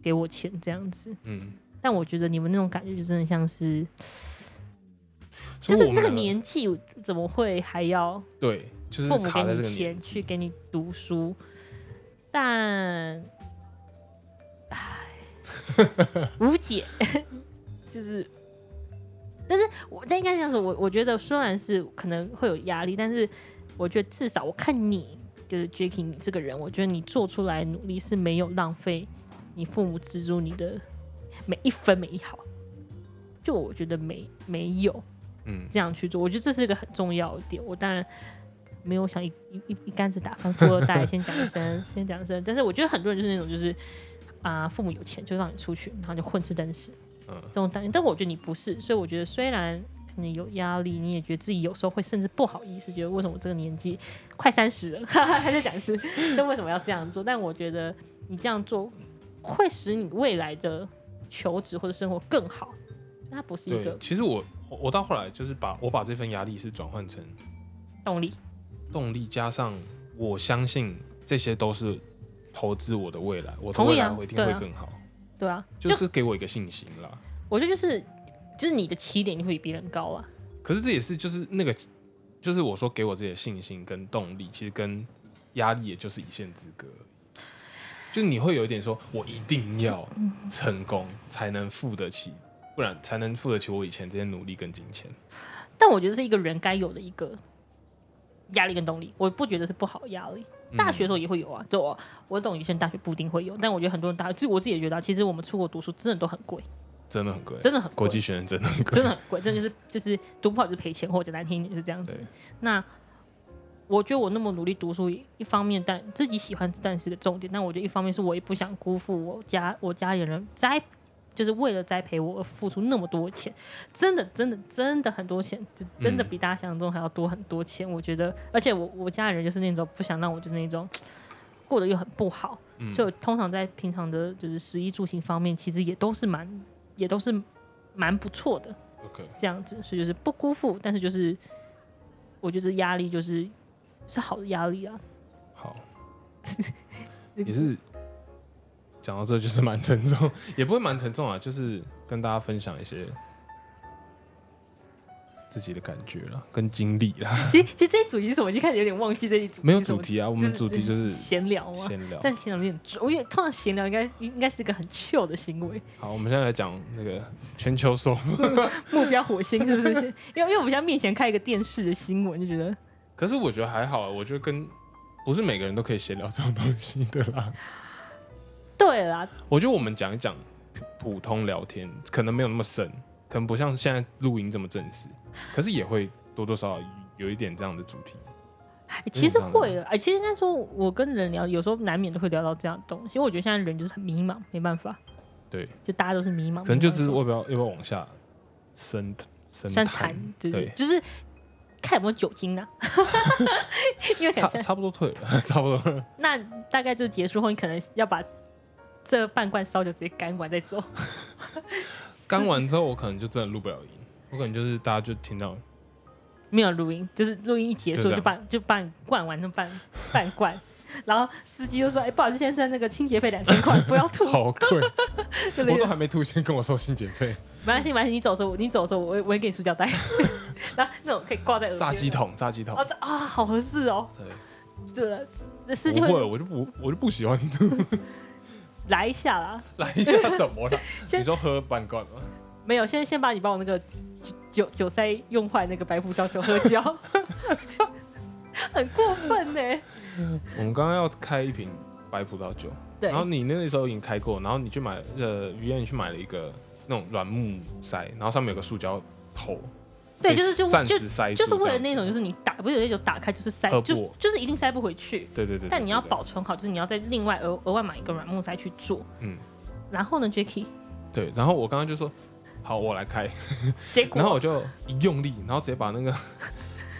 A: 给我钱这样子，
B: 嗯，
A: 但我觉得你们那种感觉就真的像是。就
B: 所以
A: 是那
B: 我们
A: 个
B: 两
A: 年纪，怎么会还要
B: 对，就是
A: 父母给
B: 卡在
A: 你
B: 这个
A: 钱
B: 年，
A: 去给你读书？但，唉， 无解，就是。但是我但应该这样说，我我觉得虽然是可能会有压力，但是我觉得至少我看你就是 Jacky 你这个人，我觉得你做出来的努力是没有浪费你父母资助你的每一分每一毫，就我觉得没没有，
B: 嗯，
A: 这样去做，我觉得这是一个很重要的点。我当然没有想一一一一竿子打翻富二代，先讲一 声，先讲一声。但是我觉得很多人就是那种就是啊、父母有钱就让你出去，然后就混吃等死
B: 嗯
A: 这种感觉。但我觉得你不是，所以我觉得虽然可能有压力，你也觉得自己有时候会甚至不好意思，觉得为什么我这个年纪快三十了， 哈哈，还在讲一次，那为什么要这样做？但我觉得你这样做会使你未来的求职或者生活更好。它不是一
B: 对
A: 个。
B: 其实我我我到后来就是把我把这份压力是转换成
A: 动力，
B: 动力，加上我相信这些都是投资我的未来，我的
A: 同
B: 未
A: 意啊
B: 来我一定
A: 对
B: 会
A: 啊
B: 更好，
A: 对啊，
B: 就是给我一个信心啦。
A: 我觉得就是就是你的起点就会比别人高啊。
B: 可是这也是就是那个，就是我说给我自己的信心跟动力，其实跟压力也就是一线之隔而已。就你会有一点说，我一定要成功才能付得起，不然才能付得起我以前这些努力跟金钱。
A: 但我觉得是一个人该有的一个压力跟动力，我不觉得是不好的压力。
B: 嗯
A: 大学的时候也会有啊，就我我懂有些人大学不一定会有，但我觉得很多人大学，我自己也觉得啊，其实我们出国读书真的都很贵，
B: 真的很贵，
A: 真的很
B: 国
A: 贵，
B: 际学生真的很贵，
A: 真的很贵，真的就是就是读不好就是赔钱，或者难听一点就是这样子
B: 对。
A: 那我觉得我那么努力读书，一方面但自己喜欢，但是个重点。但我觉得一方面是我也不想辜负我家我家里人栽，就是为了栽培我而付出那么多钱，真的真的真的很多钱，就真的
B: 嗯
A: 比大家想象中还要多很多钱。我觉得，而且我我家里人就是那种不想让我就是那种过得又很不好，
B: 嗯
A: 所以我通常在平常的就是食衣住行方面，其实也都是蛮也都是蛮不错的。
B: OK，
A: 这样子，所以就是不辜负，但是就是我觉得压力就是是好的压力啊。
B: 好，
A: 嗯
B: 也是讲到这就是蛮沉重， 也不会蛮沉重啊，就是跟大家分享一些自己的感觉啦，跟经历啦。
A: 其实其实这一组题是什么？已经开始有点忘记这一组
B: 没有
A: 是什
B: 主
A: 么，
B: 题啊，我
A: 我
B: 们主题就是
A: 闲聊啊。
B: 闲聊。
A: 但闲聊有点重，我也通常闲聊应该应该是一个很 chill 的行为，
B: 好，我们现在来讲那个全球首富。
A: 目标火星是不是？ 因为因为我们现在面前开一个电视的新闻，就觉得
B: 可是我觉得还好啊，我觉得跟不是每个人都可以闲聊这种东西的啦。
A: 对啦，
B: 我觉得我们讲一讲普普通聊天，可能没有那么深，可能不像现在录音这么正式，可是也会多多少少有一点这样的主题。
A: 哎其实会了，哎、其实应该说，我跟人聊，有时候难免都会聊到这样的东西。因为我觉得现在人就是很迷茫，没办法，
B: 对，
A: 就大家都是迷茫，
B: 可能就
A: 没办
B: 是
A: 法
B: 我要不要要不要往下深深
A: 像
B: 谈
A: 谈，，对对，
B: 对
A: 就是看有没有酒精啊， 因为
B: 差
A: 很像
B: 差不多退了， 差不多了。
A: 那大概就结束后，你可能要把这半罐烧酒直接干完再走。
B: 干完之后，我可能就真的录不了音，我可能就是大家就 听到
A: 没有录音，就是录音一结
B: 就
A: 束
B: 这样
A: 就把就把你灌完那半半罐，然后司机就说：“哎、不好意思，先生，那个清洁费两千块，不要吐。
B: 好贵，
A: 对不
B: 我都
A: 对
B: 还没吐，先跟我收清洁费，
A: 没关系，没关系，你走的时候，你走的时候，我会我会给你塑胶袋， 然后那种可以挂在耳边的
B: 炸鸡桶，炸鸡桶
A: 哦，。这啊、好合适哦，
B: 对，
A: 这这司机
B: 不会，
A: 会
B: 我就不，我就不喜欢吐，
A: 来一下啦。
B: 来一下什么 啦？
A: 先
B: 你说喝半罐吗？
A: 没有，先先把你把我那个酒酒酒塞用坏那个白葡萄酒喝胶， 很过分呢、
B: 我们刚刚要开一瓶白葡萄酒，
A: 对
B: 然，后你那个时候已经开过，然后你去买呃，于燕你去买了一个那种软木塞，然后上面有个塑胶头，
A: 对，
B: 可以
A: 就是就
B: 暂
A: 就
B: 时塞住
A: 就是为了
B: 这样子
A: 那种，就是你打不是有那种打开就是塞
B: 喝，不
A: 就就是一定塞不回去，
B: 对对对对
A: 但你要
B: 对对
A: 保存好，就是你要再另外额额外买一个软木塞去做。
B: 嗯
A: 然后呢，Jacky，
B: 对，然后我刚刚就说好，我来开，
A: 结果
B: 然后我就一用力，然后直接把那个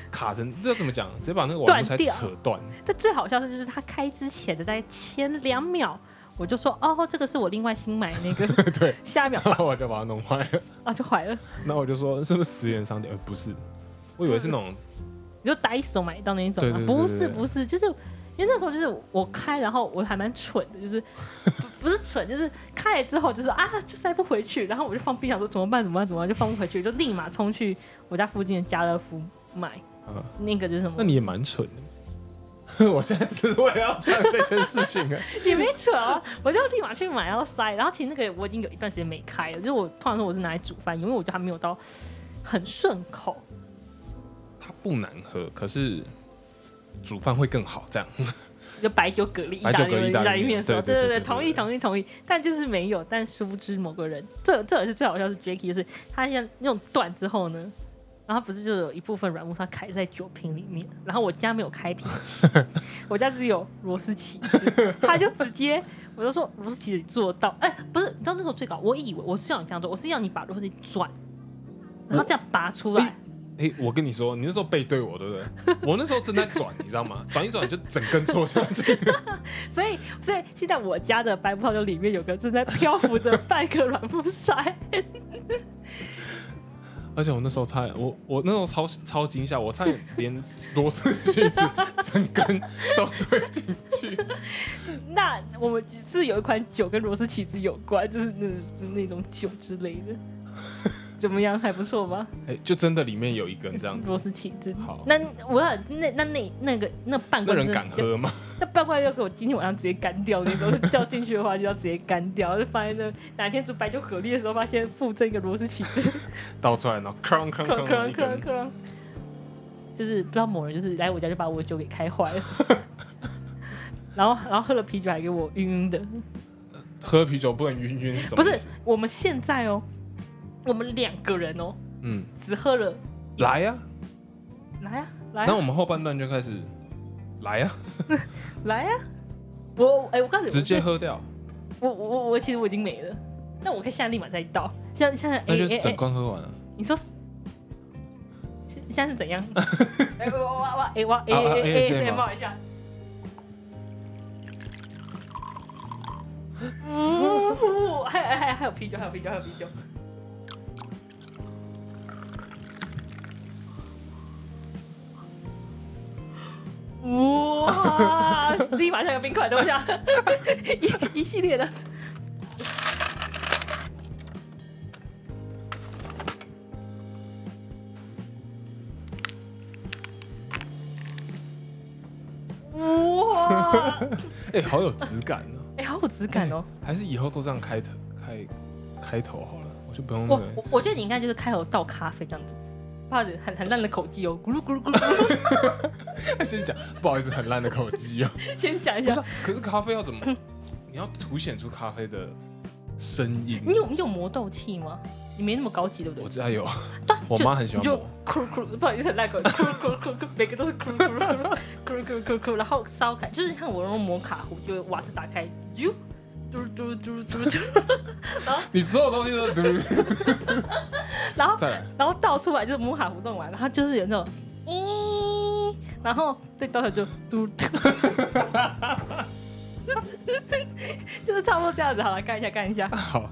B: 卡成，这怎么讲？直接把那个网
A: 断
B: 络才
A: 掉
B: 扯断。
A: 但最好笑的就是他开之前的大概前两秒，我就说哦，这个是我另外新买的那个，
B: 对，
A: 下一秒
B: 然后我就把它弄坏了。
A: 啊就坏了。
B: 那我就说是不是十元商店？呃不是，我以为是那种
A: 你就打一手买到那一种吗
B: 对对？对对
A: 不是
B: 对
A: 不是，就是因为那时候就是我开，然后我还蛮蠢的，就是 不不是蠢，就是开了之后就是啊就塞不回去，然后我就放冰箱说怎么办怎么办怎么办，就放不回去，就立马冲去我家附近的家乐福买
B: 啊，
A: 那个就是什么
B: 那，你也蛮蠢的。 我现在只是为了要讲这件事情啊。
A: 也没蠢啊，我就立马去买然后塞，然后其实那个我已经有一段时间没开了，就是我通常说我是拿来煮饭，因为我觉得它没有到很顺口。
B: 它不难喝，可是煮饭会更好。这样，
A: 就白酒蛤蜊意
B: 白
A: 大
B: 酒
A: 利
B: 蛤蜊
A: 面
B: 意
A: 意
B: 大
A: 大利
B: 利面
A: 面的时候，
B: 对
A: 对
B: 对
A: 对
B: 对
A: 对，
B: 对
A: 同
B: 对
A: 意同意同意，但就是没有，但殊不知某个人，这这也是最好笑的是 Jacky，就是他像用断之后呢，然后不是就有一部分软木塞开在酒瓶里面，然后我家没有开瓶器，我家只有螺丝起子，他就直接。我就说螺丝起子做得到，哎、不是，你知道那时候最搞，我以为我是要你这样做，我是要你把螺丝起子转，然后这样拔出来，
B: 哎、我跟你说，你那时候背对我，对不对？ 我那时候正在转，你知道吗？转一转就整根戳下 去。
A: 所以，所以现在我家的白葡萄酒里面有个正在漂浮的半个软木塞。
B: 而且我那时候差点，我我那时候超超惊吓，我差点连螺丝锯子整根都推进 去。
A: 那我们是有一款酒跟螺丝起子有关，就是那就是那种酒之类 的。怎么样，还不错吧？
B: 哎、就真的里面有一根这样 子。
A: 螺丝起子。
B: 好
A: 那我要那那那那个那半
B: 那
A: 罐
B: 人
A: 真的
B: 敢
A: 直接，
B: 喝 吗？
A: 那半罐要给我今天晚上直接干掉那种，掉进去的话就要直接干掉，就放在那哪天煮白酒蛤蜊的时候，发现附赠一个螺丝起 子，
B: 倒出来，然后 哐哐
A: 可
B: 哐
A: 可
B: 一
A: 可
B: 根。
A: 可，就是不知道某人就是来我家就把我酒给开坏 了，然后然后喝了啤酒还给我晕晕的，
B: 喝啤酒不能晕晕什么？
A: 不是，我们现在哦，我们两个人哦，
B: 嗯，
A: 只喝了
B: 来
A: 啊
B: 呀、
A: 来呀、来
B: 那
A: 呀、
B: 我们后半段就开始来呀、
A: 来呀、我哎我告诉你，
B: 直接，喝掉，
A: 我我我我其实我已经没了，那我可以现在立马再倒，像像哎
B: 那就
A: 哎
B: 整
A: 哎，
B: 罐喝 完了。
A: 你说是。现现在是怎样？哎、我我我哎我哎
B: 啊啊
A: 哎哎
B: ASMR
A: 哎，冒一下。哦，还还还还有啤酒，还有啤酒，还有啤酒。哇！立马像个冰块，等我一下，啊 一一系列的。哇！
B: 哎、好有质感啊！
A: 哎、好有质感哦。
B: 还是以后都这样开头开开头好了，我就不用那
A: 我
B: 个
A: 我我觉得你应该就是开头倒咖啡这样子，抱着很很烂的口技哦，咕噜咕噜咕噜咕噜。
B: 先讲，不好意思，很烂的口 技哦。
A: 先讲一
B: 不是
A: 下
B: 啊，，可是咖啡要怎么？你要凸显出咖啡的声音。
A: 你有你有磨豆器吗？你没那么高级，对不
B: 我
A: 对？
B: 家有，
A: 对，啊
B: 我
A: 就
B: 妈很喜
A: 你
B: 欢
A: 就
B: 磨。
A: 咕噜咕噜，不好意思，很烂口技，咕噜咕噜咕噜咕噜，每个都是咕噜咕噜咕噜咕噜咕噜咕噜咕噜，然后烧开，就是像我用摩卡壶，就瓦斯打开，啾，嘟嘟嘟嘟嘟，
B: 你所有东西都嘟。
A: 然后
B: 再来，
A: 然后倒出来就是摩卡胡弄完，然后就是有那种咦，然后再倒出来就嘟 嘟，就是差不多这样子。好了，看一下看一下，
B: 好，